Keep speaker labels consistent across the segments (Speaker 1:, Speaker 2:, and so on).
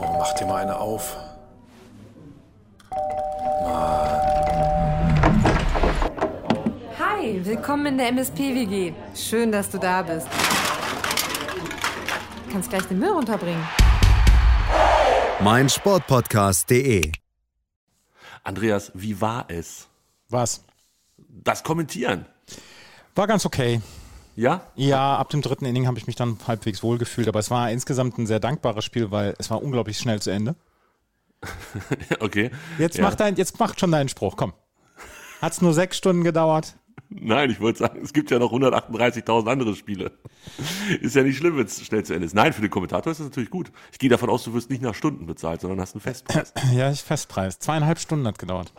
Speaker 1: Oh, dir mal eine auf.
Speaker 2: Hi, willkommen in der MSP-WG. Schön, dass du da bist. Du kannst gleich den Müll runterbringen.
Speaker 3: mein Sportpodcast.de.
Speaker 4: Andreas, wie war es?
Speaker 1: Was?
Speaker 4: Das Kommentieren.
Speaker 5: War ganz okay.
Speaker 4: Ja?
Speaker 5: Ja, ab dem dritten Inning habe ich mich dann halbwegs wohl gefühlt, aber es war insgesamt ein sehr dankbares Spiel, weil es war unglaublich schnell zu Ende.
Speaker 4: Okay.
Speaker 5: Jetzt,
Speaker 4: ja.
Speaker 5: mach dein, jetzt mach schon deinen Spruch, komm. Hat's nur sechs Stunden gedauert?
Speaker 4: Nein, ich wollte sagen, es gibt ja noch 138.000 andere Spiele. Ist ja nicht schlimm, wenn es schnell zu Ende ist. Nein, für den Kommentator ist das natürlich gut. Ich gehe davon aus, du wirst nicht nach Stunden bezahlt, sondern hast einen Festpreis.
Speaker 5: Ja, ich festpreis. Zweieinhalb Stunden hat gedauert.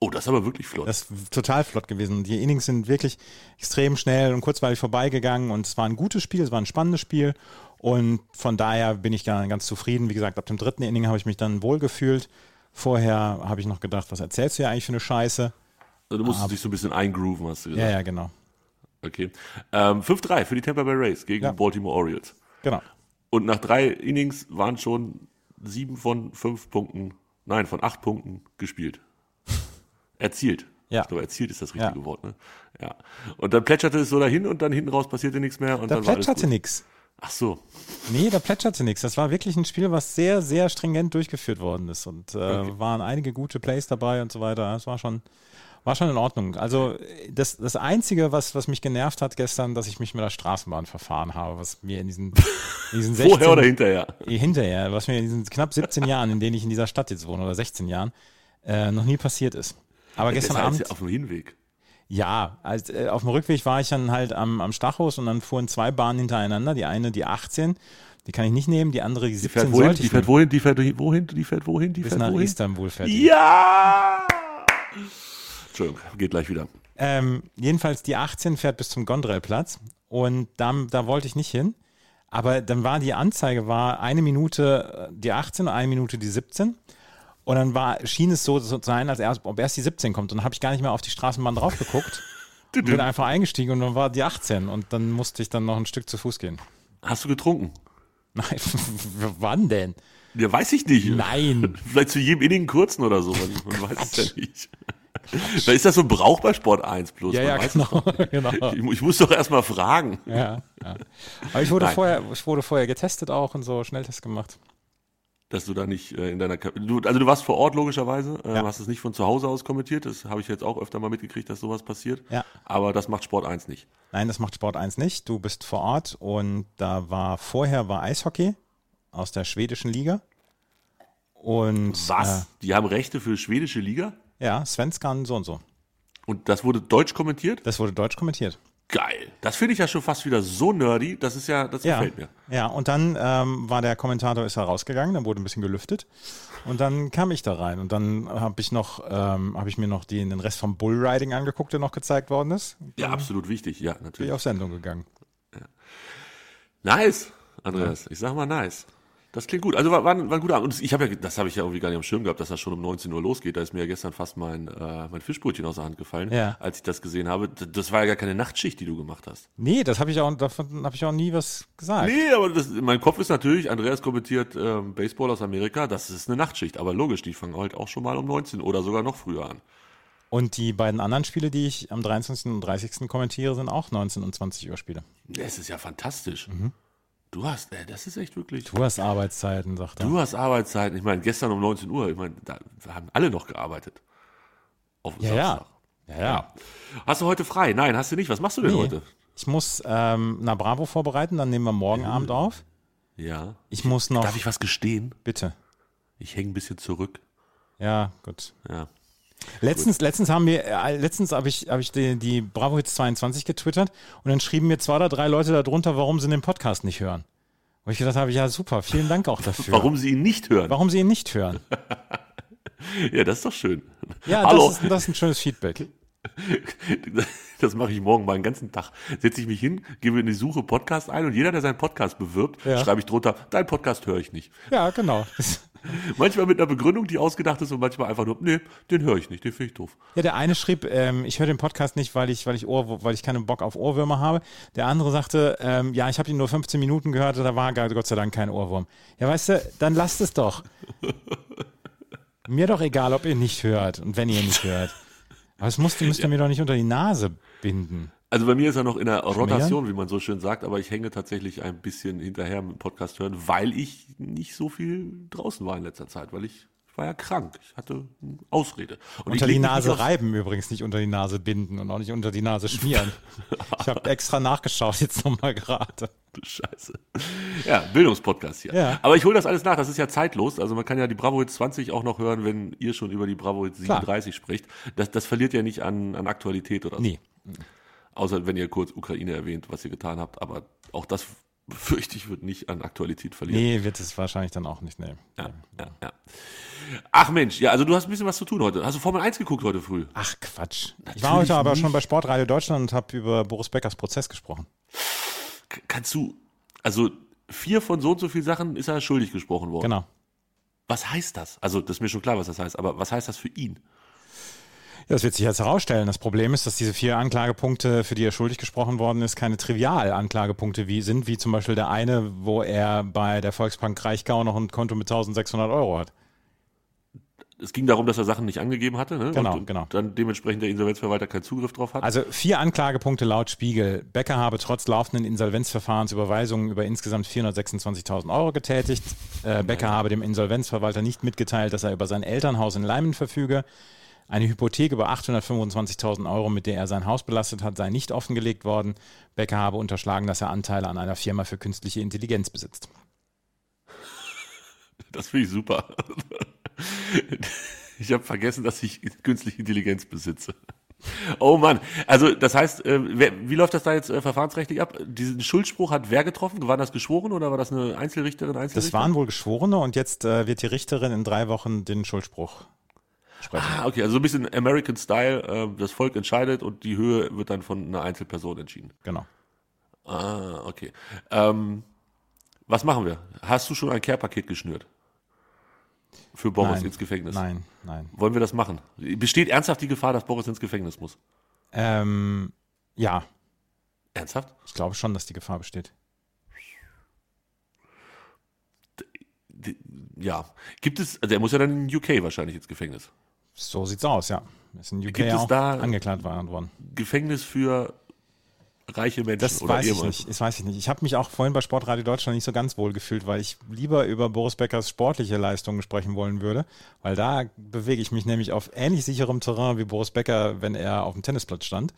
Speaker 4: Oh, das ist aber wirklich flott.
Speaker 5: Das ist total flott gewesen. Die Innings sind wirklich extrem schnell und kurzweilig vorbeigegangen und es war ein gutes Spiel, es war ein spannendes Spiel und von daher bin ich da ganz zufrieden. Wie gesagt, ab dem dritten Inning habe ich mich dann wohlgefühlt. Vorher habe ich noch gedacht, was erzählst du ja eigentlich für eine Scheiße?
Speaker 4: Also, du musstest dich so ein bisschen eingrooven, hast du gesagt.
Speaker 5: Ja, ja, genau.
Speaker 4: Okay. Ähm, 5-3 für die Tampa Bay Rays gegen
Speaker 5: Ja.
Speaker 4: Baltimore Orioles.
Speaker 5: Genau.
Speaker 4: Und nach drei Innings waren schon sieben von fünf Punkten, nein, von acht Punkten gespielt. Erzielt.
Speaker 5: Ja.
Speaker 4: Ich glaube, erzielt ist das
Speaker 5: Ja.
Speaker 4: richtige Wort, ne? Ja. Und dann plätscherte es so dahin und dann hinten raus passierte nichts mehr und
Speaker 5: Da
Speaker 4: dann war alles
Speaker 5: plätscherte
Speaker 4: gut.
Speaker 5: nichts.
Speaker 4: Ach so.
Speaker 5: Nee, da plätscherte nichts. Das war wirklich ein Spiel, was sehr, sehr stringent durchgeführt worden ist. Und äh, waren einige gute Plays dabei und so weiter. Es war schon, war schon in Ordnung. Also äh, das, das Einzige, was, was mich genervt hat gestern, dass ich mich mit der Straßenbahn verfahren habe, was mir in diesen, in diesen 16,
Speaker 4: Vorher oder hinterher?
Speaker 5: Eh, hinterher, was mir in diesen knapp 17 Jahren, in denen ich in dieser Stadt jetzt wohne, oder 16 Jahren, äh, noch nie passiert ist. Aber gestern
Speaker 4: Das heißt,
Speaker 5: Abend.
Speaker 4: auf dem Hinweg.
Speaker 5: Ja, als, äh, auf dem Rückweg war ich dann halt am, am Stachus und dann fuhren zwei Bahnen hintereinander. Die eine, die 18, die kann ich nicht nehmen, die andere, die 17
Speaker 4: Die fährt wohin?
Speaker 5: sollte
Speaker 4: Die
Speaker 5: ich
Speaker 4: fährt
Speaker 5: nehmen.
Speaker 4: wohin? Die fährt wohin? Die fährt wohin? Die
Speaker 5: Bis
Speaker 4: fährt
Speaker 5: nach
Speaker 4: wohin?
Speaker 5: Istanbul fährt die.
Speaker 4: Ja! Entschuldigung, geht gleich wieder.
Speaker 5: Ähm, jedenfalls die 18 fährt bis zum Gondrellplatz und da, da wollte ich nicht hin. Aber dann war die Anzeige war eine Minute äh, die 18 und eine Minute die 17. Und dann war, schien es so zu sein, als erst, ob erst die 17 kommt. Und dann habe ich gar nicht mehr auf die Straßenbahn drauf geguckt. und bin einfach eingestiegen und dann war die 18. Und dann musste ich dann noch ein Stück zu Fuß gehen.
Speaker 4: Hast du getrunken?
Speaker 5: Nein, wann denn?
Speaker 4: Ja, weiß ich nicht.
Speaker 5: Nein.
Speaker 4: Vielleicht zu jedem innigen kurzen oder so, man, man weiß es ja nicht. Weil ist das so brauchbar Sport 1 plus?
Speaker 5: Ja,
Speaker 4: man
Speaker 5: ja,
Speaker 4: weiß es
Speaker 5: genau.
Speaker 4: doch nicht.
Speaker 5: genau.
Speaker 4: Ich, mu- ich muss doch erstmal fragen.
Speaker 5: Ja, ja. Aber ich wurde,
Speaker 4: Nein.
Speaker 5: vorher, ich wurde vorher getestet auch und so, Schnelltest gemacht.
Speaker 4: Dass du da nicht äh, in deiner Ka- du, Also du warst vor Ort logischerweise, äh,
Speaker 5: Ja.
Speaker 4: hast es nicht von zu Hause aus kommentiert, das habe ich jetzt auch öfter mal mitgekriegt, dass sowas passiert.
Speaker 5: Ja.
Speaker 4: Aber das macht Sport 1 nicht.
Speaker 5: Nein, das macht Sport 1 nicht. Du bist vor Ort und da war vorher war Eishockey aus der schwedischen Liga. Und
Speaker 4: Was? Die haben Rechte für schwedische Liga
Speaker 5: Äh, ja, Svenskan so und so.
Speaker 4: und das wurde deutsch kommentiert?
Speaker 5: Das wurde deutsch kommentiert.
Speaker 4: Geil. Das finde ich ja schon fast wieder so nerdy, das ist ja, das
Speaker 5: Ja,
Speaker 4: gefällt mir.
Speaker 5: ja und dann ähm, war der Kommentator ist herausgegangen, dann wurde ein bisschen gelüftet und dann kam ich da rein und dann habe ich noch ähm, habe ich mir noch den, den Rest vom Bullriding angeguckt, der noch gezeigt worden ist.
Speaker 4: Ja, absolut wichtig. Ja,
Speaker 5: Bin ich
Speaker 4: natürlich.
Speaker 5: auf Sendung gegangen.
Speaker 4: Nice, Andreas. Ich sag mal nice. Das klingt gut. Also war, war, ein- war ein guter Abend. Und ich habe ja, das habe ich ja irgendwie gar nicht am Schirm gehabt, dass das schon um 19 Uhr losgeht. Da ist mir ja gestern fast mein, äh, mein Fischbrötchen aus der Hand gefallen,
Speaker 5: Ja.
Speaker 4: als ich das gesehen habe. D- Das war ja gar keine Nachtschicht, die du gemacht hast.
Speaker 5: Nee, das habe ich auch davon habe ich auch nie was gesagt.
Speaker 4: Nee, aber das, mein Kopf ist natürlich, Andreas kommentiert ähm, Baseball aus Amerika, das ist eine Nachtschicht. Aber logisch, die fangen halt auch schon mal um 19 oder sogar noch früher an.
Speaker 5: Und die beiden anderen Spiele, die ich am 23. und 30. kommentiere, sind auch 19 und 20 Uhr Spiele.
Speaker 4: Das ist ja fantastisch. Du hast, äh, das ist echt wirklich.
Speaker 5: Du hast Arbeitszeiten, sagt er.
Speaker 4: Du hast Arbeitszeiten. Ich meine, gestern um 19 Uhr, ich meine, da haben alle noch gearbeitet. Auf
Speaker 5: ja, ja. Ja, ja.
Speaker 4: Hast du heute frei? Nein, hast du nicht. Was machst du denn
Speaker 5: Nee.
Speaker 4: heute?
Speaker 5: Ich muss ähm, na Bravo vorbereiten, dann nehmen wir morgen Abend auf.
Speaker 4: Ja.
Speaker 5: Ich muss noch.
Speaker 4: Darf ich was gestehen?
Speaker 5: bitte.
Speaker 4: Ich hänge ein bisschen zurück.
Speaker 5: Ja, gut.
Speaker 4: Ja.
Speaker 5: Letztens, letztens haben wir, äh, letztens habe ich, hab ich die, die Bravo Hits 22 getwittert und dann schrieben mir zwei oder drei Leute darunter, warum sie den Podcast nicht hören. Wo ich gedacht habe, ja super, vielen Dank auch dafür.
Speaker 4: Warum sie ihn nicht hören?
Speaker 5: Warum sie ihn nicht hören.
Speaker 4: Ja, das ist doch schön.
Speaker 5: Ja,
Speaker 4: Hallo.
Speaker 5: das ist, das ist ein schönes Feedback.
Speaker 4: Das mache ich morgen mal den ganzen Tag. Setze ich mich hin, gebe in die Suche Podcast ein und jeder, der seinen Podcast bewirbt,
Speaker 5: Ja.
Speaker 4: schreibe ich drunter, dein Podcast höre ich nicht.
Speaker 5: Ja, genau.
Speaker 4: Manchmal mit einer Begründung, die ausgedacht ist und manchmal einfach nur, nee, den höre ich nicht, den finde ich doof.
Speaker 5: Ja, der eine schrieb, ähm, ich höre den Podcast nicht, weil ich, weil ich Ohr, weil ich keinen Bock auf Ohrwürmer habe. Der andere sagte, ähm, ja, ich habe ihn nur 15 Minuten gehört, da war gar- Gott sei Dank kein Ohrwurm. Ja, weißt du, dann lasst es doch. mir doch egal, ob ihr nicht hört und wenn ihr nicht hört. Aber es musst, müsst ihr mir doch nicht unter die Nase binden.
Speaker 4: Also bei mir ist er noch in der Rotation, wie man so schön sagt, aber ich hänge tatsächlich ein bisschen hinterher mit dem Podcast hören, weil ich nicht so viel draußen war in letzter Zeit, weil ich, ich war ja krank. Ich hatte eine Ausrede. Und
Speaker 5: Unter
Speaker 4: ich
Speaker 5: die
Speaker 4: leg mich nicht
Speaker 5: Nase
Speaker 4: aufs-
Speaker 5: reiben übrigens, nicht unter die Nase binden und auch nicht unter die Nase schmieren. ich habe extra nachgeschaut jetzt nochmal gerade.
Speaker 4: Scheiße. Ja, Bildungspodcast hier.
Speaker 5: Ja.
Speaker 4: Aber ich hole das alles nach, das ist ja zeitlos. Also man kann ja die Bravo Hits 20 auch noch hören, wenn ihr schon über die Bravo Hits
Speaker 5: Klar.
Speaker 4: 37 spricht. Das, das verliert ja nicht an, an Aktualität oder so.
Speaker 5: Nee.
Speaker 4: Außer wenn ihr kurz Ukraine erwähnt, was ihr getan habt. Aber auch das, fürchte ich, wird nicht an Aktualität verlieren.
Speaker 5: Nee, wird es wahrscheinlich dann auch nicht nehmen.
Speaker 4: Ja, ja. Ach Mensch, ja, also du hast ein bisschen was zu tun heute. Hast du Formel 1 geguckt heute früh?
Speaker 5: Ach Quatsch. ich war heute aber schon bei Sportradio Deutschland und habe über Boris Beckers Prozess gesprochen.
Speaker 4: K kannst du, also vier von so und so viel Sachen ist er schuldig gesprochen worden.
Speaker 5: Genau.
Speaker 4: Was heißt das? Also das ist mir schon klar, was das heißt, aber was heißt das für ihn?
Speaker 5: Ja, Das wird sich jetzt herausstellen. Das Problem ist, dass diese vier Anklagepunkte, für die er schuldig gesprochen worden ist, keine Trivial-Anklagepunkte wie, sind, wie zum Beispiel der eine, wo er bei der Volksbank Reichgau noch ein Konto mit 1600 Euro hat.
Speaker 4: Es ging darum, dass er Sachen nicht angegeben hatte, ne?
Speaker 5: Genau,
Speaker 4: und, und
Speaker 5: genau.
Speaker 4: Dann dementsprechend der Insolvenzverwalter keinen Zugriff drauf hat.
Speaker 5: Also vier Anklagepunkte laut Spiegel. Becker habe trotz laufenden Insolvenzverfahrens Überweisungen über insgesamt 426.000 Euro getätigt. Äh, Becker habe dem Insolvenzverwalter nicht mitgeteilt, dass er über sein Elternhaus in Leimen verfüge. Eine Hypothek über 825.000 Euro, mit der er sein Haus belastet hat, sei nicht offengelegt worden. Becker habe unterschlagen, dass er Anteile an einer Firma für künstliche Intelligenz besitzt.
Speaker 4: Das finde ich super. Ich habe vergessen, dass ich künstliche Intelligenz besitze. Oh Mann, also das heißt, äh, wer, wie läuft das da jetzt äh, verfahrensrechtlich ab? Diesen Schuldspruch hat wer getroffen? Waren das geschworen oder war das eine Einzelrichterin, Einzelrichter?
Speaker 5: Das waren wohl Geschworene und jetzt äh, wird die Richterin in drei Wochen den Schuldspruch sprechen.
Speaker 4: Ah, okay, also so ein bisschen American Style, äh, das Volk entscheidet und die Höhe wird dann von einer Einzelperson entschieden.
Speaker 5: Genau.
Speaker 4: Ah, okay. Ähm, was machen wir? Hast du schon ein Care-Paket geschnürt? Für Boris
Speaker 5: Nein.
Speaker 4: ins Gefängnis?
Speaker 5: Nein, nein.
Speaker 4: Wollen wir das machen? Besteht ernsthaft die Gefahr, dass Boris ins Gefängnis muss?
Speaker 5: Ähm, ja,
Speaker 4: Ernsthaft?
Speaker 5: Ich glaube schon, dass die Gefahr besteht.
Speaker 4: D- Ja. Gibt es, also er muss ja dann in UK wahrscheinlich ins Gefängnis.
Speaker 5: So sieht's aus, ja. Ist in UK
Speaker 4: Gibt es
Speaker 5: auch
Speaker 4: da-
Speaker 5: angeklagt worden.
Speaker 4: Gefängnis für reiche Menschen
Speaker 5: Das
Speaker 4: oder
Speaker 5: weiß ich
Speaker 4: ehemals.
Speaker 5: nicht. Das weiß ich nicht. Ich habe mich auch vorhin bei Sportradio Deutschland nicht so ganz wohl gefühlt, weil ich lieber über Boris Beckers sportliche Leistungen sprechen wollen würde, weil da bewege ich mich nämlich auf ähnlich sicherem Terrain wie Boris Becker, wenn er auf dem Tennisplatz stand.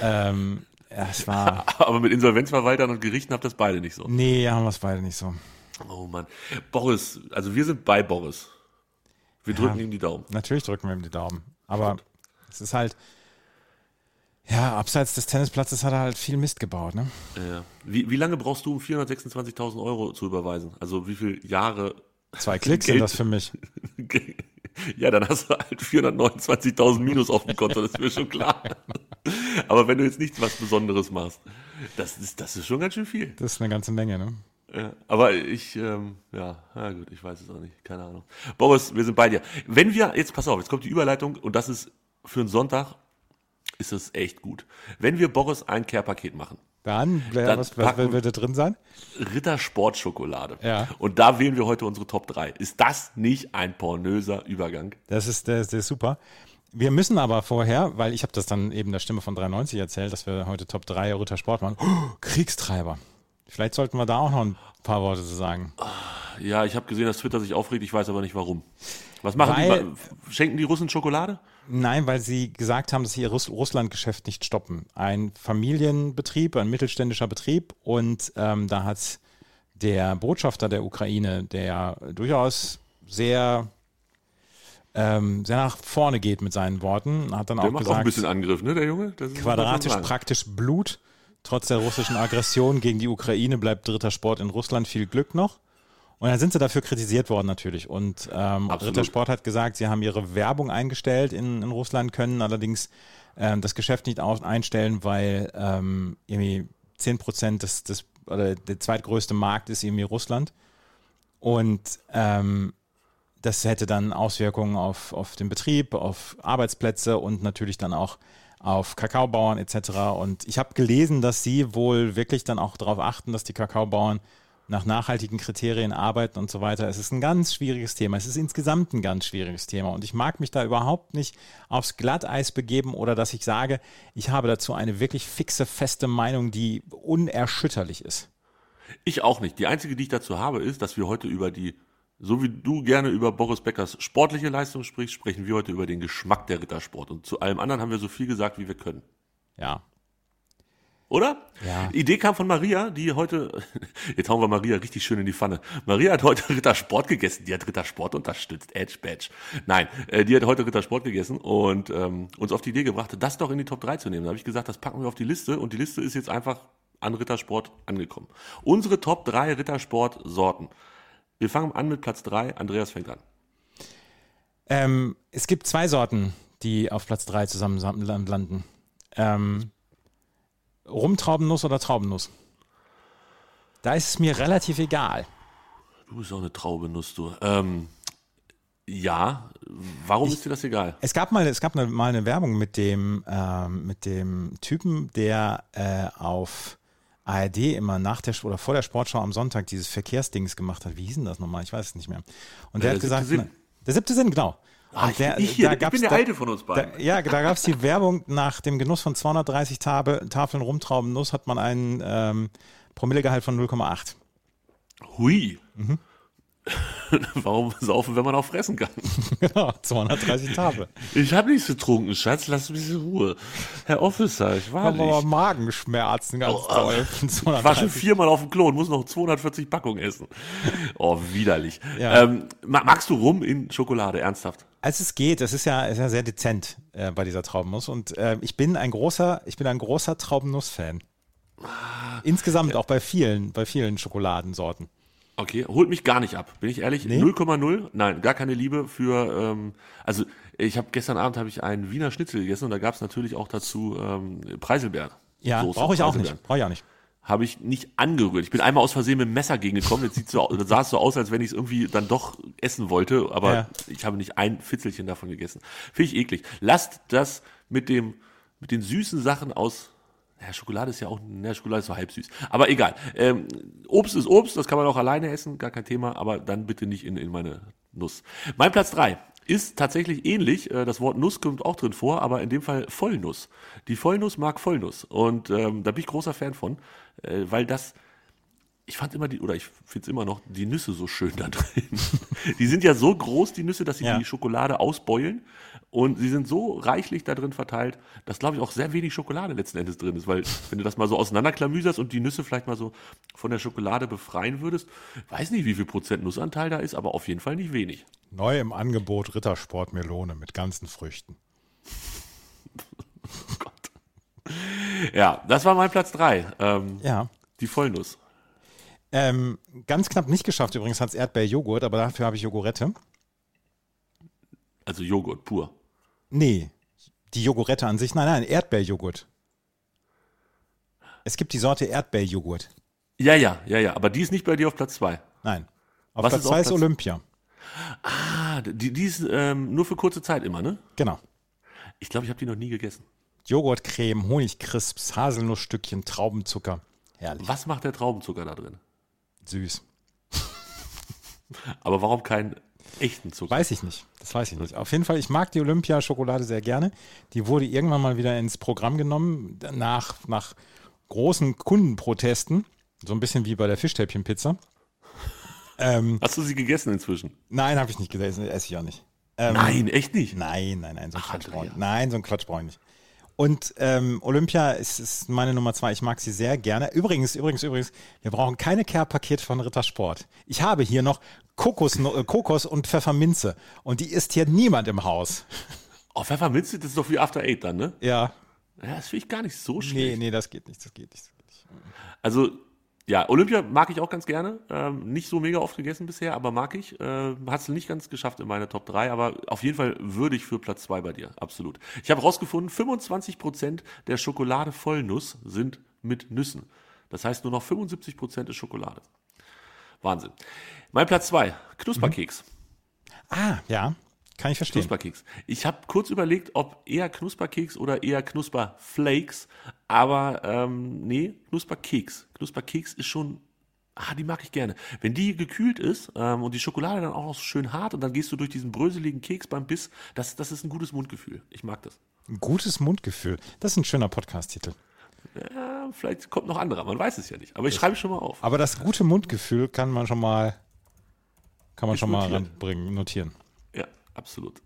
Speaker 5: ähm, ja, es war.
Speaker 4: Aber mit Insolvenzverwaltern und Gerichten habt das beide nicht so.
Speaker 5: Nee, ja, haben wir es beide nicht so.
Speaker 4: Oh Mann. Boris, also wir sind bei Boris. Wir drücken ihm die Daumen.
Speaker 5: Natürlich drücken wir ihm die Daumen. Aber es ist halt. Ja, abseits des Tennisplatzes hat er halt viel Mist gebaut, ne?
Speaker 4: Ja. Wie, wie lange brauchst du, um 426.000 Euro zu überweisen? Also wie viele Jahre?
Speaker 5: Zwei Klicks sind
Speaker 4: Geld-
Speaker 5: das für mich.
Speaker 4: Ja, dann hast du halt 429.000 Minus auf dem Konto, das ist mir schon klar. Aber wenn du jetzt nicht was Besonderes machst, das ist, das ist schon ganz schön viel.
Speaker 5: Das ist eine ganze Menge, ne?
Speaker 4: Ja, aber ich, ähm, ja, na gut, ich weiß es auch nicht, keine Ahnung. Boris, wir sind bei dir. Wenn wir, jetzt pass auf, jetzt kommt die Überleitung und das ist für einen Sonntag, ist das echt gut. Wenn wir Boris ein Care-Paket machen,
Speaker 5: Dann,
Speaker 4: Dann
Speaker 5: was, was
Speaker 4: packen-
Speaker 5: wird da drin sein?
Speaker 4: Ritter Sportschokolade.
Speaker 5: Ja.
Speaker 4: Und da wählen wir heute unsere Top 3. Ist das nicht ein pornöser Übergang?
Speaker 5: Das ist, der, der ist super. Wir müssen aber vorher, weil ich habe das dann eben der Stimme von 93 erzählt, dass wir heute Top 3 Ritter Sport machen. Oh, Kriegstreiber. Vielleicht sollten wir da auch noch ein paar Worte zu sagen.
Speaker 4: Ja, ich habe gesehen, dass Twitter sich aufregt, ich weiß aber nicht warum. Was machen
Speaker 5: Weil-
Speaker 4: die? Schenken die Russen Schokolade?
Speaker 5: Nein, weil sie gesagt haben, dass sie ihr Russ Russland-Geschäft nicht stoppen. Ein Familienbetrieb, ein mittelständischer Betrieb und ähm, da hat der Botschafter der Ukraine, der durchaus sehr, ähm, sehr nach vorne geht mit seinen Worten, hat dann
Speaker 4: Der
Speaker 5: auch
Speaker 4: macht
Speaker 5: gesagt,
Speaker 4: auch ein bisschen Angriff, ne, der Junge? Das ist-
Speaker 5: quadratisch
Speaker 4: muss man sagen.
Speaker 5: praktisch Blut. Trotz der russischen Aggression gegen die Ukraine bleibt dritter Sport in Russland. Viel Glück noch. Und dann sind sie dafür kritisiert worden natürlich. Und ähm,
Speaker 4: Absolut.
Speaker 5: dritter Sport hat gesagt, sie haben ihre Werbung eingestellt in, in Russland, können allerdings ähm, das Geschäft nicht auf, einstellen, weil ähm, irgendwie 10 Prozent des, des, oder der zweitgrößte Markt ist irgendwie Russland. Und ähm, Das hätte dann Auswirkungen auf, auf den Betrieb, auf Arbeitsplätze und natürlich dann auch auf Kakaobauern etc. Und ich habe gelesen, dass sie wohl wirklich dann auch darauf achten, dass die Kakaobauern nach nachhaltigen Kriterien arbeiten und so weiter. Es ist ein ganz schwieriges Thema. Es ist insgesamt ein ganz schwieriges Thema. Und ich mag mich da überhaupt nicht aufs Glatteis begeben oder dass ich sage, ich habe dazu eine wirklich fixe, feste Meinung, die unerschütterlich ist.
Speaker 4: Ich auch nicht. Die einzige, die ich dazu habe, ist, dass wir heute über die, so wie du gerne über Boris Beckers sportliche Leistung sprichst, sprechen wir heute über den Geschmack der Rittersport. Und zu allem anderen haben wir so viel gesagt, wie wir können.
Speaker 5: Ja.
Speaker 4: Oder?
Speaker 5: Ja.
Speaker 4: Die Idee kam von Maria, die heute, jetzt hauen wir Maria richtig schön in die Pfanne. Maria hat heute Rittersport gegessen, die hat Rittersport unterstützt, Edge Badge. Nein, äh, die hat heute Rittersport gegessen und ähm, uns auf die Idee gebracht, das doch in die Top 3 zu nehmen. Da habe ich gesagt, das packen wir auf die Liste und die Liste ist jetzt einfach an Rittersport angekommen. Unsere Top 3 Rittersport-Sorten. Wir fangen an mit Platz 3, Andreas fängt an.
Speaker 5: Ähm, es gibt zwei Sorten, die auf Platz 3 zusammen sam- lan- landen. Ähm, Rumtraubennuss oder Traubennuss? Da ist es mir relativ egal.
Speaker 4: Du bist auch eine Traube, Nuss, du. Ähm, ja, warum ist dir das egal?
Speaker 5: Es gab mal, es gab eine, mal eine Werbung mit dem, ähm, mit dem Typen, der äh, auf ARD immer nach der Sch- oder vor der Sportschau am Sonntag dieses Verkehrsdings gemacht hat. Wie hieß denn das nochmal? Ich weiß es nicht mehr. Und der,
Speaker 4: Äh, der
Speaker 5: hat gesagt,
Speaker 4: siebte Sinn.
Speaker 5: na, der siebte Sinn, genau.
Speaker 4: Ah,
Speaker 5: Und
Speaker 4: ich bin ich hier, ich
Speaker 5: gab's
Speaker 4: bin der Alte von uns
Speaker 5: Da,
Speaker 4: beiden.
Speaker 5: ja, da gab es die Werbung nach dem Genuss von 230 Tabe, Tafeln Rumtraubennuss hat man einen ähm, Promillegehalt von 0,8.
Speaker 4: Hui. Warum saufen, wenn man auch fressen kann?
Speaker 5: Genau, 230 Tabe.
Speaker 4: Ich habe nichts getrunken, Schatz, lass mich in Ruhe. Herr Officer, ich war
Speaker 5: Haben aber
Speaker 4: nicht.
Speaker 5: Magenschmerzen ganz
Speaker 4: Oh,
Speaker 5: toll. von
Speaker 4: Ich war schon
Speaker 5: 230
Speaker 4: viermal auf dem Klo und muss noch 240 Packungen essen. Oh, widerlich.
Speaker 5: Ja.
Speaker 4: Ähm, ma- magst du rum in Schokolade, ernsthaft?
Speaker 5: Als Also es geht, es ist ja, es ist ja sehr dezent äh, bei dieser Traubennuss und äh, ich bin ein großer, ich bin ein großer Traubennuss-Fan. Insgesamt auch bei vielen, bei vielen Schokoladensorten.
Speaker 4: Okay, holt mich gar nicht ab, bin ich ehrlich. 0,0? Nein, gar keine Liebe für. Ähm, also ich habe gestern Abend habe ich einen Wiener Schnitzel gegessen und da gab es natürlich auch dazu ähm, Preiselbeeren.
Speaker 5: Ja,
Speaker 4: Soße,
Speaker 5: brauche ich auch
Speaker 4: Preiselbeeren.
Speaker 5: nicht. Brauche ich auch nicht.
Speaker 4: habe ich nicht angerührt. Ich bin einmal aus Versehen mit dem Messer gegengekommen. Das, sieht so, das sah es so aus, als wenn ich es irgendwie dann doch essen wollte, aber
Speaker 5: Ja.
Speaker 4: ich habe nicht ein Fitzelchen davon gegessen. Finde ich eklig. Lasst das mit dem mit den süßen Sachen aus. Ja, Schokolade ist ja auch, na, Schokolade ist so halb süß. Aber egal. Ähm, Obst ist Obst, das kann man auch alleine essen, gar kein Thema, aber dann bitte nicht in, in meine Nuss. Mein Platz drei ist tatsächlich ähnlich. Äh, Das Wort Nuss kommt auch drin vor, aber in dem Fall Vollnuss. Die Vollnuss mag Vollnuss. Und ähm, da bin ich großer Fan von, äh, weil das, ich fand immer die, oder ich find's immer noch, die Nüsse so schön da drin. die sind ja so groß, die Nüsse, dass sie
Speaker 5: Ja.
Speaker 4: die Schokolade ausbeulen. Und sie sind so reichlich da drin verteilt, dass, glaube ich, auch sehr wenig Schokolade letzten Endes drin ist. Weil, wenn du das mal so auseinanderklamüserst und die Nüsse vielleicht mal so von der Schokolade befreien würdest, weiß nicht, wie viel Prozent Nussanteil da ist, aber auf jeden Fall nicht wenig.
Speaker 5: Neu im Angebot Rittersport Melone mit ganzen Früchten.
Speaker 4: Ja, das war mein Platz drei. Ähm,
Speaker 5: Ja.
Speaker 4: Die Vollnuss.
Speaker 5: Ähm, ganz knapp nicht geschafft übrigens hat's Erdbeerjoghurt, aber dafür habe ich Jogurette.
Speaker 4: Also Joghurt pur.
Speaker 5: Nee, die Jogurette an sich, nein, nein, Erdbeerjoghurt. Es gibt die Sorte Erdbeerjoghurt.
Speaker 4: Ja, ja, ja, ja. Aber die ist nicht bei dir auf Platz zwei.
Speaker 5: Nein. Auf
Speaker 4: Was
Speaker 5: Platz
Speaker 4: ist auf
Speaker 5: 2 ist
Speaker 4: Platz-
Speaker 5: Olympia.
Speaker 4: Ah, die, die ist ähm, nur für kurze Zeit immer, ne?
Speaker 5: Genau.
Speaker 4: Ich glaube, ich habe die noch nie gegessen.
Speaker 5: Joghurtcreme, Honigcrisps, Haselnussstückchen, Traubenzucker. Herrlich.
Speaker 4: Was macht der Traubenzucker da drin?
Speaker 5: Süß.
Speaker 4: Aber warum keinen echten Zucker?
Speaker 5: Weiß ich nicht. Das weiß ich nicht. Auf jeden Fall, ich mag die Olympia-Schokolade sehr gerne. Die wurde irgendwann mal wieder ins Programm genommen, nach, nach großen Kundenprotesten. So ein bisschen wie bei der Fischstäbchenpizza. Ähm,
Speaker 4: Hast du sie gegessen inzwischen?
Speaker 5: nein, habe ich nicht gegessen. Esse ich auch nicht. Ähm,
Speaker 4: Nein, echt nicht.
Speaker 5: Nein, nein, nein, so ein
Speaker 4: Ach,
Speaker 5: Quatsch brauche ich-
Speaker 4: Andreas.
Speaker 5: Nein, so ein Quatsch brauche ich nicht. Und ähm, Olympia ist, ist meine Nummer zwei. Ich mag sie sehr gerne. Übrigens, übrigens, übrigens, wir brauchen keine Care-Pakete von Rittersport. Ich habe hier noch Kokos, äh, Kokos und Pfefferminze. Und die isst hier niemand im Haus.
Speaker 4: Oh, Pfefferminze, das ist doch wie After Eight dann, ne?
Speaker 5: Ja.
Speaker 4: Ja, das finde ich gar nicht so schlecht.
Speaker 5: Nee, nee, das geht nicht, das geht nicht.
Speaker 4: Also, ja, Olympia mag ich auch ganz gerne. Ähm, nicht so mega oft gegessen bisher, aber mag ich. Ähm, Hat es nicht ganz geschafft in meine Top 3, aber auf jeden Fall würdig für Platz 2 bei dir. Absolut. Ich habe rausgefunden, 25% der Schokolade Vollnuss sind mit Nüssen. Das heißt, nur noch
Speaker 5: Mhm.
Speaker 4: 75% ist Schokolade. Wahnsinn. Mein Platz 2, Knusperkeks.
Speaker 5: Ah, ja, kann ich verstehen.
Speaker 4: Knusperkeks. Ich habe kurz überlegt, ob eher Knusperkeks oder eher Knusperflakes, aber ähm, nee, Knusperkeks. Knusperkeks ist schon, ah, die mag ich gerne. Wenn die gekühlt ist ähm, und die Schokolade dann auch noch so schön hart und dann gehst du durch diesen bröseligen Keks beim Biss, das, das ist ein gutes Mundgefühl. Ich mag das.
Speaker 5: Ein Gutes Mundgefühl. Das ist ein schöner Podcast-Titel.
Speaker 4: Ja, vielleicht kommt noch anderer, man weiß es ja nicht. Aber ich schreibe schon mal auf.
Speaker 5: Aber das gute Mundgefühl kann man schon mal, kann man
Speaker 4: Ist
Speaker 5: schon mal
Speaker 4: notiert.
Speaker 5: ranbringen, notieren.
Speaker 4: Ja, absolut.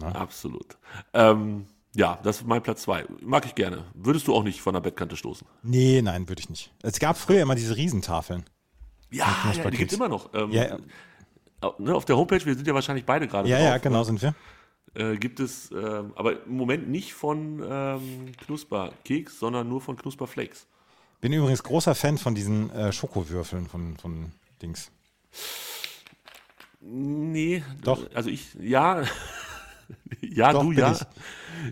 Speaker 4: Absolut. Ähm, ja, das ist mein Platz zwei. Mag ich gerne. Würdest du auch nicht von der Bettkante stoßen?
Speaker 5: Nee, nein, würde ich nicht. Es gab früher immer diese Riesentafeln.
Speaker 4: Ja, ja
Speaker 5: Knusperkeks.
Speaker 4: die gibt's immer noch. Ähm,
Speaker 5: Ja, ja.
Speaker 4: au- Ne, auf der Homepage, wir sind ja wahrscheinlich beide gerade
Speaker 5: Ja,
Speaker 4: drauf,
Speaker 5: ja, genau sind wir.
Speaker 4: äh, gibt es, ähm, aber im Moment nicht von ähm, Knusperkeks, sondern nur von Knusperflakes.
Speaker 5: Bin übrigens großer Fan von diesen äh, Schokowürfeln von, von Dings.
Speaker 4: Nee,
Speaker 5: Doch.
Speaker 4: also ich, ja, ja,
Speaker 5: Doch,
Speaker 4: du,
Speaker 5: bin
Speaker 4: ja,
Speaker 5: ich.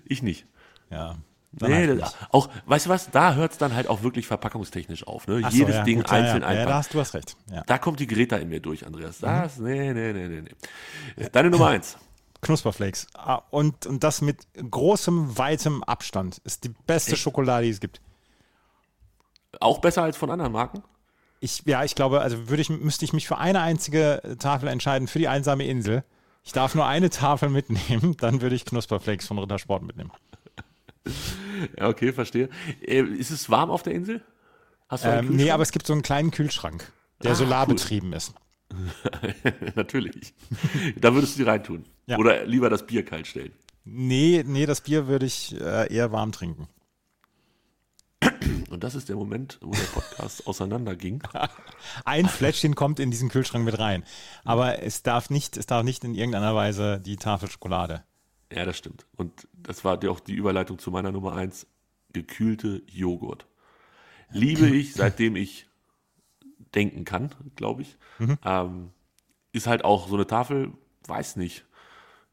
Speaker 4: ich nicht.
Speaker 5: Ja. Dann
Speaker 4: Nee,
Speaker 5: halt
Speaker 4: das,
Speaker 5: nicht.
Speaker 4: auch, weißt du was, da hört es dann halt auch wirklich verpackungstechnisch auf. Ne?
Speaker 5: Ach so,
Speaker 4: Jedes
Speaker 5: ja,
Speaker 4: Ding
Speaker 5: gut, ja,
Speaker 4: einzeln
Speaker 5: ja.
Speaker 4: einpacken.
Speaker 5: Ja, da hast du hast recht. Ja.
Speaker 4: Da kommt die Greta in mir durch, Andreas. Das,
Speaker 5: Mhm.
Speaker 4: nee, nee, nee, nee, nee. Deine Nummer eins.
Speaker 5: Knusperflakes. Ah, und, und das mit großem, weitem Abstand. Ist die beste Schokolade, die es gibt.
Speaker 4: Auch besser als von anderen Marken?
Speaker 5: Ich, ja, ich glaube, also würde ich, müsste ich mich für eine einzige äh, Tafel entscheiden, für die einsame Insel. Ich darf nur eine Tafel mitnehmen, dann würde ich Knusperflakes von Rittersport mitnehmen.
Speaker 4: Ja, okay, verstehe. Äh, ist es warm auf der Insel? Hast du einen
Speaker 5: Ähm, nee,
Speaker 4: Kühlschrank?
Speaker 5: aber es gibt so einen kleinen Kühlschrank, der
Speaker 4: Ah,
Speaker 5: solarbetrieben ist.
Speaker 4: Natürlich. da würdest du die reintun.
Speaker 5: Ja.
Speaker 4: Oder lieber das Bier kalt stellen.
Speaker 5: Nee, nee, das Bier würde ich äh, eher warm trinken.
Speaker 4: Und das ist der Moment, wo der Podcast auseinanderging.
Speaker 5: Ein Fläschchen kommt in diesen Kühlschrank mit rein. Aber es darf nicht, es darf nicht in irgendeiner Weise die Tafel Schokolade.
Speaker 4: Ja, das stimmt. Und das war dir auch die Überleitung zu meiner Nummer eins. Gekühlte Joghurt. Liebe ich, seitdem ich denken kann, glaube ich. Ähm, ist halt auch so eine Tafel, weiß nicht.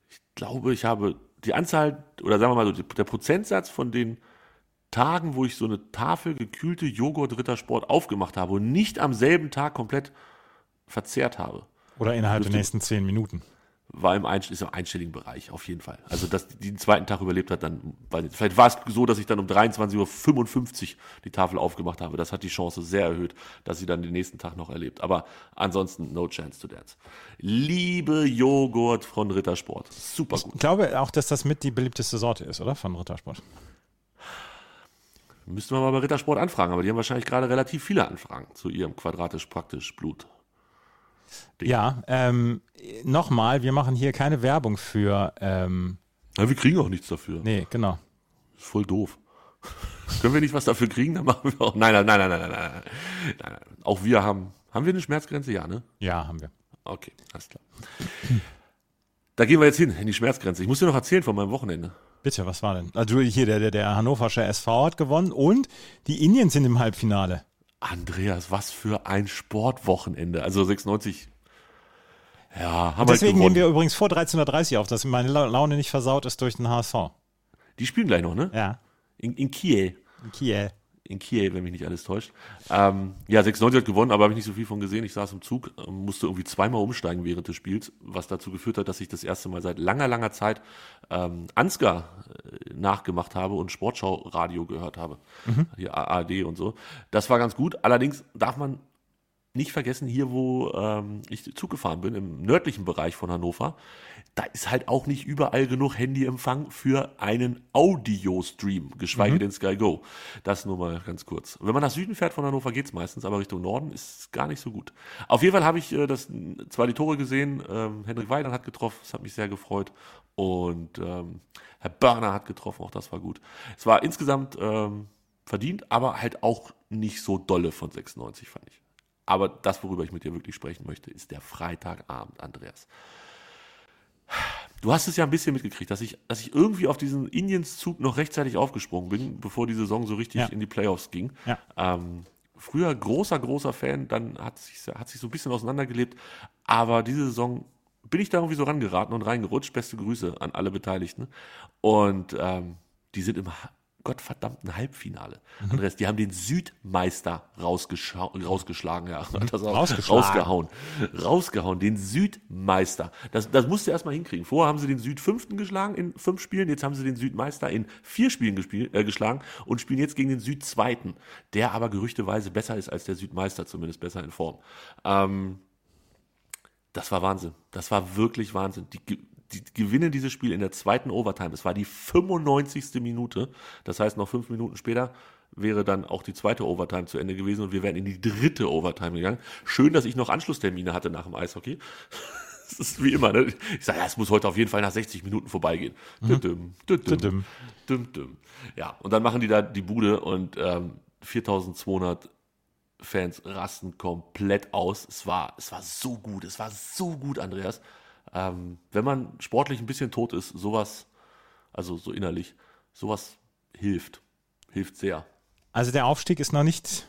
Speaker 4: Ich glaube, ich habe die Anzahl, oder sagen wir mal so, die- der Prozentsatz von den Tagen, wo ich so eine Tafel gekühlte Joghurt-Rittersport aufgemacht habe und nicht am selben Tag komplett verzehrt habe
Speaker 5: Oder innerhalb der
Speaker 4: Dürfte-
Speaker 5: nächsten zehn Minuten.
Speaker 4: war im, einst ist im einstelligen Bereich, auf jeden Fall. Also, dass die den zweiten Tag überlebt hat, dann, weiß nicht, vielleicht war es so, dass ich dann um 23.55 Uhr die Tafel aufgemacht habe. Das hat die Chance sehr erhöht, dass sie dann den nächsten Tag noch erlebt. Aber ansonsten, no chance to dance. Liebe Joghurt von Rittersport. Super gut.
Speaker 5: Ich glaube auch, dass das mit die beliebteste Sorte ist, oder? Von Rittersport.
Speaker 4: Müssten wir mal bei Rittersport anfragen, aber die haben wahrscheinlich gerade relativ viele Anfragen zu ihrem quadratisch praktisch Blut.
Speaker 5: Ja, ähm, nochmal, wir machen hier keine Werbung für. Ähm,
Speaker 4: Ja, wir kriegen auch nichts dafür.
Speaker 5: nee, genau.
Speaker 4: Ist voll doof. Können wir nicht was dafür kriegen, dann machen wir auch. Nein, nein, nein, nein, nein, nein, nein, nein, nein. nein. Auch wir haben. Haben wir eine Schmerzgrenze? Ja, ne?
Speaker 5: Ja, haben wir.
Speaker 4: Okay, alles klar. Da gehen wir jetzt hin, in die Schmerzgrenze. Ich muss dir noch erzählen von meinem Wochenende.
Speaker 5: Bitte, was war denn? Also hier, der, der, der Hannoversche SV hat gewonnen und die Indiens sind im Halbfinale.
Speaker 4: Andreas, was für ein Sportwochenende. Also 96. Ja, haben
Speaker 5: Deswegen
Speaker 4: halt
Speaker 5: nehmen wir
Speaker 4: gewonnen.
Speaker 5: übrigens vor 13.30 Uhr auf, dass meine La- Laune nicht versaut ist durch den HSV.
Speaker 4: Die spielen gleich noch, ne?
Speaker 5: Ja,
Speaker 4: In, in Kiel.
Speaker 5: in Kiel.
Speaker 4: in Kiel, wenn mich nicht alles täuscht. Ähm, ja, 96 hat gewonnen, aber habe ich nicht so viel von gesehen. Ich saß im Zug, ähm, musste irgendwie zweimal umsteigen während des Spiels, was dazu geführt hat, dass ich das erste Mal seit langer, langer Zeit ähm, Ansgar äh, nachgemacht habe und Sportschau-Radio gehört habe. Hier ARD und so. Das war ganz gut. Allerdings darf man nicht vergessen, hier wo ähm, ich Zug gefahren bin, im nördlichen Bereich von Hannover, da ist halt auch nicht überall genug Handyempfang für einen Audio-Stream, geschweige denn Sky Go. Das nur mal ganz kurz. Wenn man nach Süden fährt von Hannover geht's meistens, aber Richtung Norden ist es gar nicht so gut. Auf jeden Fall habe ich äh, das, zwar die Tore gesehen, ähm, Henrik Weidand hat getroffen, das hat mich sehr gefreut und ähm, Herr Börner hat getroffen, auch das war gut. Es war insgesamt ähm, verdient, aber halt auch nicht so dolle von 96, fand ich. Aber das, worüber ich mit dir wirklich sprechen möchte, ist der Freitagabend, Andreas. Du hast es ja ein bisschen mitgekriegt, dass ich, dass ich irgendwie auf diesen Indiens-Zug noch rechtzeitig aufgesprungen bin, bevor die Saison so richtig
Speaker 5: Ja.
Speaker 4: in die Playoffs ging.
Speaker 5: Ja.
Speaker 4: Ähm, früher großer, großer Fan, dann hat sich, hat sich so ein bisschen auseinandergelebt. Aber diese Saison bin ich da irgendwie so rangeraten und reingerutscht. Beste Grüße an alle Beteiligten. Und ähm, die sind im Ha- gottverdammten Halbfinale.
Speaker 5: Mhm.
Speaker 4: Andreas, die haben den Südmeister rausgescha- rausgeschlagen, ja. Das auch,
Speaker 5: Rausgeschlagen.
Speaker 4: Rausgehauen. Rausgehauen, den Südmeister. Das, das musst du erstmal hinkriegen. Vorher haben sie den Südfünften geschlagen in fünf Spielen, jetzt haben sie den Südmeister in vier Spielen gespielt, äh, geschlagen und spielen jetzt gegen den Südzweiten, der aber gerüchteweise besser ist als der Südmeister, zumindest besser in Form. Ähm, das war Wahnsinn. Das war wirklich Wahnsinn. Die, ge- die gewinnen dieses Spiel in der zweiten Overtime. Es war die 95. Minute. Das heißt, noch fünf Minuten später wäre dann auch die zweite Overtime zu Ende gewesen und wir wären in die dritte Overtime gegangen. Schön, dass ich noch Anschlusstermine hatte nach dem Eishockey. Das ist wie immer. Ne? Ich sage, ja, es muss heute auf jeden Fall nach 60 Minuten vorbeigehen. Düdüm, düdüm,
Speaker 5: Düdüm.
Speaker 4: düm, düm. Ja, und dann machen die da die Bude und ähm, 4200 Fans rasten komplett aus. Es war, es war so gut, es war so gut, Andreas. Ähm, wenn man sportlich ein bisschen tot ist, sowas, also so innerlich, sowas hilft. Hilft sehr.
Speaker 5: Also der Aufstieg ist noch nicht.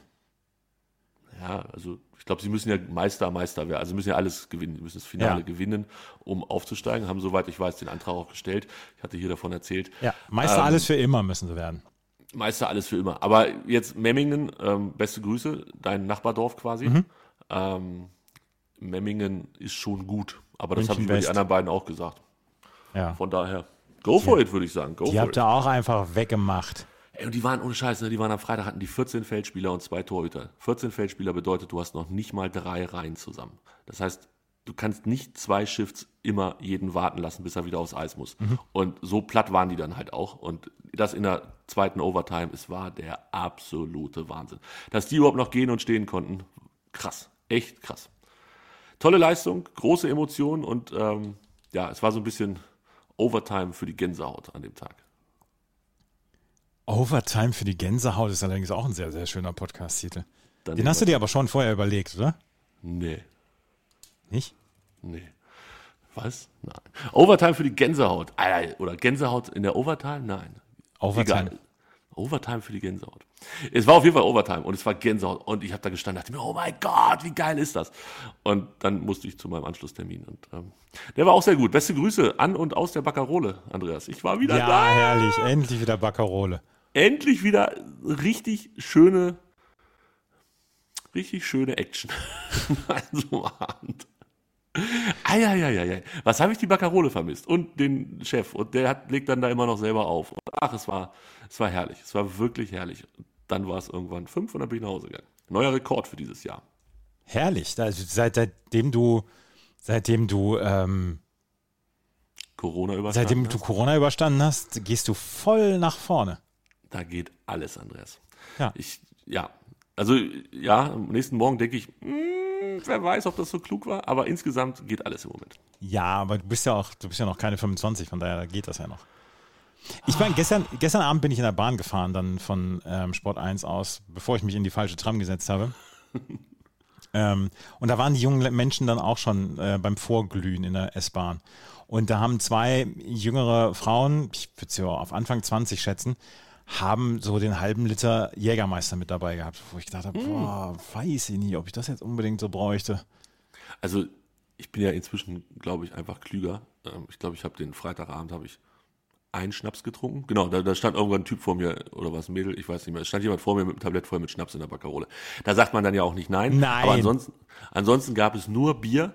Speaker 4: Ja, also ich glaube, sie müssen ja Meister, Meister werden. Also sie müssen ja alles gewinnen. Sie müssen das Finale
Speaker 5: Ja.
Speaker 4: gewinnen, um aufzusteigen. Haben, soweit ich weiß, den Antrag auch gestellt. Ich hatte hier davon erzählt.
Speaker 5: Ja, Meister
Speaker 4: Ähm,
Speaker 5: alles für immer müssen sie werden.
Speaker 4: Meister alles für immer. Aber jetzt Memmingen, ähm, beste Grüße, dein Nachbardorf quasi.
Speaker 5: Mhm.
Speaker 4: Ähm, Memmingen ist schon gut, aber das
Speaker 5: München
Speaker 4: habe ich über die
Speaker 5: West.
Speaker 4: anderen beiden auch gesagt.
Speaker 5: Ja.
Speaker 4: Von daher, go for it, würde ich sagen. Go
Speaker 5: Die
Speaker 4: for
Speaker 5: habt
Speaker 4: it.
Speaker 5: ihr auch einfach weggemacht.
Speaker 4: Ey, und die waren ohne Scheiß, ne? die waren am Freitag, hatten die 14 Feldspieler und zwei Torhüter. 14 Feldspieler bedeutet, du hast noch nicht mal drei Reihen zusammen. Das heißt, du kannst nicht zwei Shifts immer jeden warten lassen, bis er wieder aufs Eis muss. Und so platt waren die dann halt auch. Und das in der zweiten Overtime, es war der absolute Wahnsinn. Dass die überhaupt noch gehen und stehen konnten, krass, echt krass. Tolle Leistung, große Emotionen und ähm, ja, es war so ein bisschen Overtime für die Gänsehaut an dem Tag.
Speaker 5: Overtime für die Gänsehaut ist allerdings auch ein sehr, sehr schöner Podcast-Titel.
Speaker 4: Dann
Speaker 5: Den hast du dir aber schon vorher überlegt, oder?
Speaker 4: Nee.
Speaker 5: Nicht?
Speaker 4: Nee. Was? Nein. Overtime für die Gänsehaut. Alter, Oder Gänsehaut in der Overtime? Nein.
Speaker 5: Overtime.
Speaker 4: Egal. Overtime für die Gänsehaut. Es war auf jeden Fall Overtime und es war Gänsehaut. Und ich habe da gestanden und dachte mir, oh mein Gott, wie geil ist das? Und dann musste ich zu meinem Anschlusstermin. Und ähm, der war auch sehr gut. Beste Grüße an und aus der Baccarole, Andreas. Ich war wieder
Speaker 5: Ja,
Speaker 4: da.
Speaker 5: herrlich. Endlich wieder Baccarole.
Speaker 4: Endlich wieder richtig schöne, richtig schöne Action an so einem Abend. Eieieiei. Was habe ich die Baccarole vermisst? Und den Chef. Und der hat, legt dann da immer noch selber auf. Und ach, es war, es war herrlich. Es war wirklich herrlich. Und Dann war es irgendwann fünf und dann bin ich nach Hause gegangen. Neuer Rekord für dieses Jahr.
Speaker 5: Herrlich. Also seit, seitdem du, seitdem du, ähm,
Speaker 4: Corona überstanden.
Speaker 5: seitdem du Corona überstanden hast, gehst du voll nach vorne.
Speaker 4: Da geht alles, Andreas.
Speaker 5: Ja.
Speaker 4: Ich, ja. Also, ja, am nächsten Morgen denke ich, mm, wer weiß, ob das so klug war, aber insgesamt geht alles im Moment.
Speaker 5: Ja, aber du bist ja auch, du bist ja noch keine 25, von daher geht das ja noch. Ich meine, gestern, gestern Abend bin ich in der Bahn gefahren, dann von ähm, Sport 1 aus, bevor ich mich in die falsche Tram gesetzt habe. ähm, und da waren die jungen Le- Menschen dann auch schon äh, beim Vorglühen in der S-Bahn. Und da haben zwei jüngere Frauen, ich würde sie auf Anfang 20 schätzen, haben so den halben Liter Jägermeister mit dabei gehabt, wo ich gedacht habe, boah, weiß ich nicht, ob ich das jetzt unbedingt so bräuchte.
Speaker 4: Also ich bin ja inzwischen, glaube ich, einfach klüger. Ähm, Ich glaube, ich habe den Freitagabend habe ich einen Schnaps getrunken. Genau, da, da stand irgendwann ein Typ vor mir oder was, ein Mädel, ich weiß nicht mehr. Es stand jemand vor mir mit einem Tablett voll mit Schnaps in der Baccarole. Da sagt man dann ja auch nicht nein.
Speaker 5: Nein.
Speaker 4: Aber ansonsten, ansonsten gab es nur Bier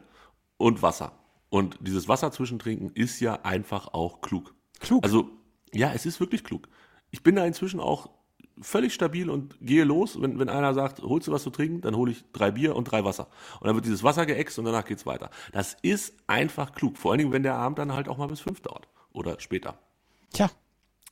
Speaker 4: und Wasser. Und dieses Wasser zwischentrinken ist ja einfach auch klug.
Speaker 5: Klug.
Speaker 4: Also ja, es ist wirklich klug. Ich bin da inzwischen auch völlig stabil und gehe los. Wenn, wenn einer sagt, holst du was zu trinken, dann hole ich drei Bier und drei Wasser. Und dann wird dieses Wasser geäxt und danach geht's weiter. Das ist einfach klug. Vor allen Dingen, wenn der Abend dann halt auch mal bis fünf dauert. Oder später.
Speaker 5: Tja,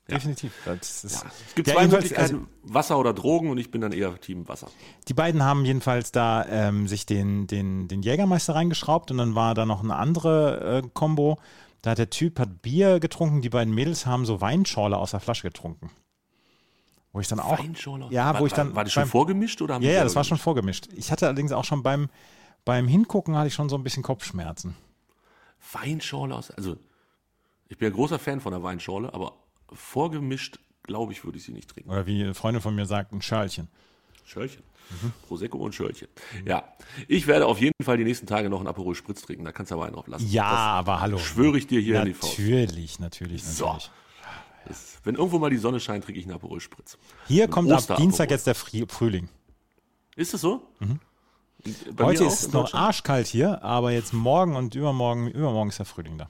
Speaker 5: definitiv. Das ist,
Speaker 4: Es gibt
Speaker 5: Ja,
Speaker 4: zwei
Speaker 5: jedenfalls, also
Speaker 4: Möglichkeiten, Wasser oder Drogen und ich bin dann eher Team Wasser.
Speaker 5: Die beiden haben jedenfalls da ähm, sich den, den, den Jägermeister reingeschraubt und dann war da noch eine andere äh, Kombo. Da hat der Typ hat Bier getrunken, die beiden Mädels haben so Weinschorle aus der Flasche getrunken. Wo ich dann auch.
Speaker 4: Weinschorle?
Speaker 5: Ja,
Speaker 4: War-
Speaker 5: wo ich dann.
Speaker 4: War, war das schon
Speaker 5: beim-
Speaker 4: vorgemischt oder haben
Speaker 5: Ja,
Speaker 4: die
Speaker 5: ja,
Speaker 4: selber
Speaker 5: das war schon
Speaker 4: gemischt?
Speaker 5: vorgemischt. Ich hatte allerdings auch schon beim, beim Hingucken hatte ich schon so ein bisschen Kopfschmerzen.
Speaker 4: Weinschorle aus. Also, ich bin ja großer Fan von der Weinschorle, aber vorgemischt, glaube ich, würde ich sie nicht trinken.
Speaker 5: Oder wie eine Freundin von mir sagt, ein Schörlchen.
Speaker 4: Schörlchen.
Speaker 5: Mhm.
Speaker 4: Prosecco und Schörlchen. Ja, ich werde auf jeden Fall die nächsten Tage noch einen Aperol Spritz trinken. Da kannst du aber einen drauf lassen.
Speaker 5: Ja, aber hallo.
Speaker 4: Das schwöre ich dir hier in die Faust.
Speaker 5: Natürlich, natürlich, natürlich.
Speaker 4: So. Es- Wenn irgendwo mal die Sonne scheint, trinke ich einen Aperol-Spritz.
Speaker 5: Hier
Speaker 4: Ein
Speaker 5: kommt ab
Speaker 4: Osteraperol.
Speaker 5: Dienstag jetzt der Fri- Frühling.
Speaker 4: Ist das so? Und bei
Speaker 5: Mhm. Heute
Speaker 4: mir
Speaker 5: ist
Speaker 4: auch
Speaker 5: es
Speaker 4: in
Speaker 5: noch
Speaker 4: Deutschland?
Speaker 5: arschkalt hier, aber jetzt morgen und übermorgen, übermorgen ist der Frühling da.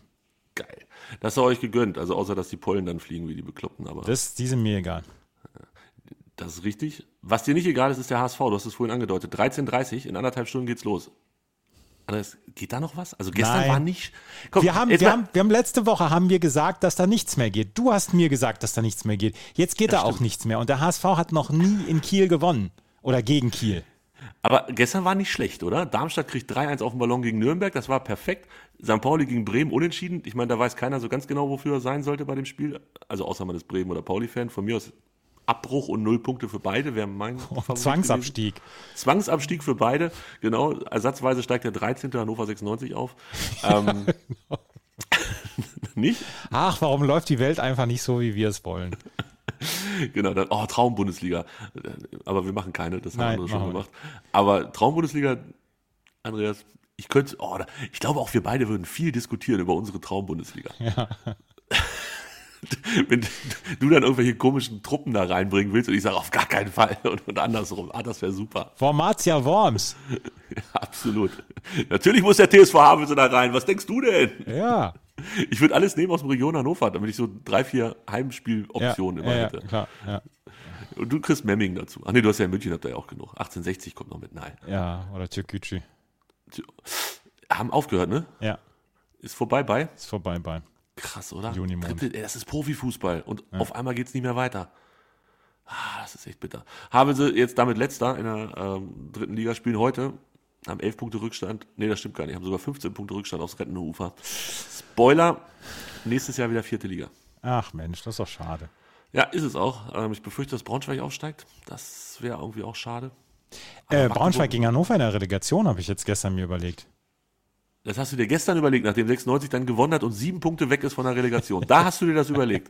Speaker 4: Geil. Das sei euch gegönnt. Also außer, dass die Pollen dann fliegen wie die Bekloppten. Aber
Speaker 5: Das ist diesem mir egal.
Speaker 4: das ist richtig. Was dir nicht egal ist, ist der HSV. Du hast es vorhin angedeutet. 13.30 in anderthalb Stunden geht's los. Anders, geht da noch was? Also gestern
Speaker 5: Nein.
Speaker 4: war nicht... Komm,
Speaker 5: Wir haben,
Speaker 4: jetzt
Speaker 5: wir,
Speaker 4: mal-
Speaker 5: haben, wir haben letzte Woche haben wir gesagt, dass da nichts mehr geht. Du hast mir gesagt, dass da nichts mehr geht. Jetzt geht da auch nichts mehr. Und der HSV hat noch nie in Kiel gewonnen. Oder gegen Kiel.
Speaker 4: Aber gestern war nicht schlecht, oder? Darmstadt kriegt 3-1 auf den Ballon gegen Nürnberg, das war perfekt. St. Pauli gegen Bremen unentschieden. Ich meine, da weiß keiner so ganz genau, wofür er sein sollte bei dem Spiel. Also außer man ist Bremen- oder Pauli-Fan. Von mir aus Abbruch und null Punkte für beide wäre mein Favorit gewesen.
Speaker 5: Zwangsabstieg.
Speaker 4: Zwangsabstieg für beide, genau. Ersatzweise steigt der 13. Hannover 96 auf. Ähm,
Speaker 5: genau.
Speaker 4: nicht?
Speaker 5: Ach, warum läuft die Welt einfach nicht so, wie wir es wollen?
Speaker 4: Genau, dann, oh, Traum-Bundesliga. Aber wir machen keine, das haben
Speaker 5: Nein,
Speaker 4: andere schon
Speaker 5: machen wir
Speaker 4: gemacht. Aber Traum-Bundesliga, Andreas, ich könnte, oh, da, ich glaube auch wir beide würden viel diskutieren über unsere Traum-Bundesliga. Wenn du dann irgendwelche komischen Truppen da reinbringen willst und ich sage, auf gar keinen Fall und, und andersrum, ah, das wäre super.
Speaker 5: Formatia Worms.
Speaker 4: Absolut. Natürlich muss der TSV Havelse da rein. Was denkst du denn?
Speaker 5: Ja.
Speaker 4: Ich würde alles nehmen aus dem Region Hannover, damit ich so drei, vier
Speaker 5: ja,
Speaker 4: Heimspieloptionen immer
Speaker 5: ja, ja,
Speaker 4: hätte.
Speaker 5: klar, ja,
Speaker 4: Und du kriegst Memming dazu. Ach nee, du hast ja in München, habt ihr ja auch genug. 1860 kommt noch mit. Nein.
Speaker 5: ja. Oder Türkgücü.
Speaker 4: Haben aufgehört, ne?
Speaker 5: Ja,
Speaker 4: Ist vorbei bei.
Speaker 5: ist vorbei bei.
Speaker 4: Krass, oder?
Speaker 5: Juni Monat.
Speaker 4: Dritte, ey, das ist Profifußball. Und auf einmal geht's nicht mehr weiter. Ah, das ist echt bitter. Haben sie jetzt damit letzter in der ähm, dritten Liga spielen heute. Haben 11 Punkte Rückstand. Nee, das stimmt gar nicht. Haben sogar 15 Punkte Rückstand aufs rettende Ufer. Spoiler, nächstes Jahr wieder vierte Liga.
Speaker 5: Ach Mensch, das ist doch schade.
Speaker 4: Ja, ist es auch. Ähm, ich befürchte, dass Braunschweig aufsteigt. Das wäre irgendwie auch schade.
Speaker 5: Äh,
Speaker 4: Magdeburg-
Speaker 5: Braunschweig gegen Hannover in der Relegation habe ich jetzt gestern mir überlegt.
Speaker 4: Das hast du dir gestern überlegt, nachdem 96 dann gewonnen hat und sieben Punkte weg ist von der Relegation. Da hast du dir das überlegt.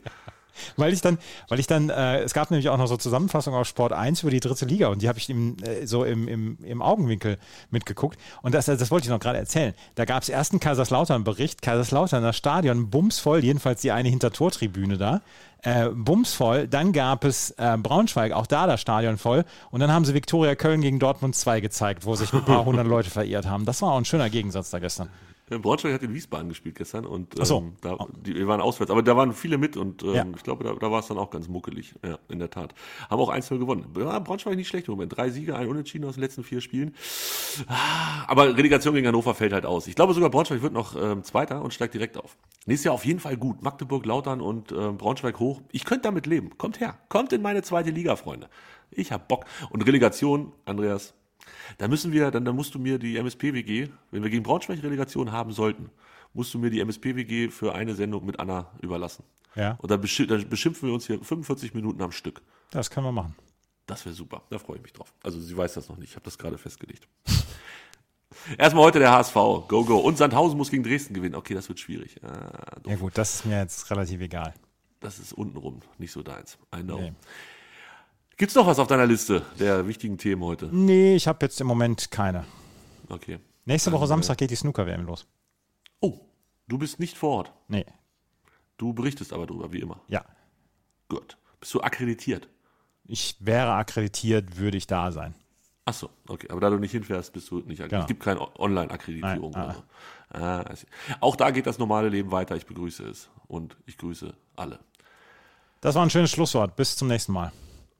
Speaker 5: Weil ich dann, weil ich dann, äh, es gab nämlich auch noch so Zusammenfassungen auf Sport 1 über die dritte Liga und die habe ich im, äh, so im, im, im Augenwinkel mitgeguckt. Und das, das wollte ich noch gerade erzählen. Da gab es erst einen Kaiserslautern-Bericht, Kaiserslautern, das Stadion bumsvoll, jedenfalls die eine Hintertortribüne da, äh, bumsvoll. Dann gab es äh, Braunschweig, auch da das Stadion voll. Und dann haben sie Viktoria Köln gegen Dortmund 2 gezeigt, wo sich ein paar hundert Leute verirrt haben. Das war auch ein schöner Gegensatz da gestern.
Speaker 4: Ja, Äh, Braunschweig hat in Wiesbaden gespielt gestern und ähm,
Speaker 5: so.
Speaker 4: da, die, wir waren auswärts, aber da waren viele mit und ähm,
Speaker 5: Ja.
Speaker 4: ich glaube, da, da war es dann auch ganz muckelig, ja, in der Tat. Haben auch 1-0 gewonnen. Ja, Braunschweig nicht schlecht im Moment. Drei Siege, ein Unentschieden aus den letzten vier Spielen. Ah, aber Relegation gegen Hannover fällt halt aus. Ich glaube sogar Braunschweig wird noch ähm, Zweiter und steigt direkt auf. Nächstes Jahr auf jeden Fall gut. Magdeburg, Lautern und ähm, Braunschweig hoch. Ich könnte damit leben. Kommt her. Kommt in meine zweite Liga, Freunde. Ich hab Bock. Und Relegation, Andreas, da müssen wir, dann, dann musst du mir die MSPWG, wenn wir gegen Braunschweig Relegation haben sollten, musst du mir die MSPWG für eine Sendung mit Anna überlassen.
Speaker 5: Ja.
Speaker 4: Und dann, beschi- dann beschimpfen wir uns hier 45 Minuten am Stück.
Speaker 5: Das können wir machen.
Speaker 4: Das wäre super. Da freue ich mich drauf. Also sie weiß das noch nicht. Ich habe das gerade festgelegt. Erstmal heute der HSV. Go, go. Und Sandhausen muss gegen Dresden gewinnen. Okay, das wird schwierig. Ah, doof.
Speaker 5: Ja gut, das ist mir jetzt relativ egal.
Speaker 4: Das ist untenrum nicht so deins. I know.
Speaker 5: Nee.
Speaker 4: Gibt's noch was auf deiner Liste der wichtigen Themen heute?
Speaker 5: Nee, ich habe jetzt im Moment keine.
Speaker 4: Okay.
Speaker 5: Nächste Woche Samstag geht die Snooker-WM los.
Speaker 4: Oh, du bist nicht vor Ort.
Speaker 5: Nee,
Speaker 4: Du berichtest aber drüber, wie immer.
Speaker 5: ja.
Speaker 4: Gut. Bist du akkreditiert?
Speaker 5: Ich wäre akkreditiert, würde ich da sein.
Speaker 4: Ach so, okay. Aber da du nicht hinfährst, bist du nicht akkreditiert.
Speaker 5: Genau.
Speaker 4: Es gibt keine O- Online-Akkreditierung.
Speaker 5: Nein,
Speaker 4: oder so. Ah, also. Auch da geht das normale Leben weiter. Ich begrüße es. Und ich grüße alle.
Speaker 5: Das war ein schönes Schlusswort. Bis zum nächsten Mal.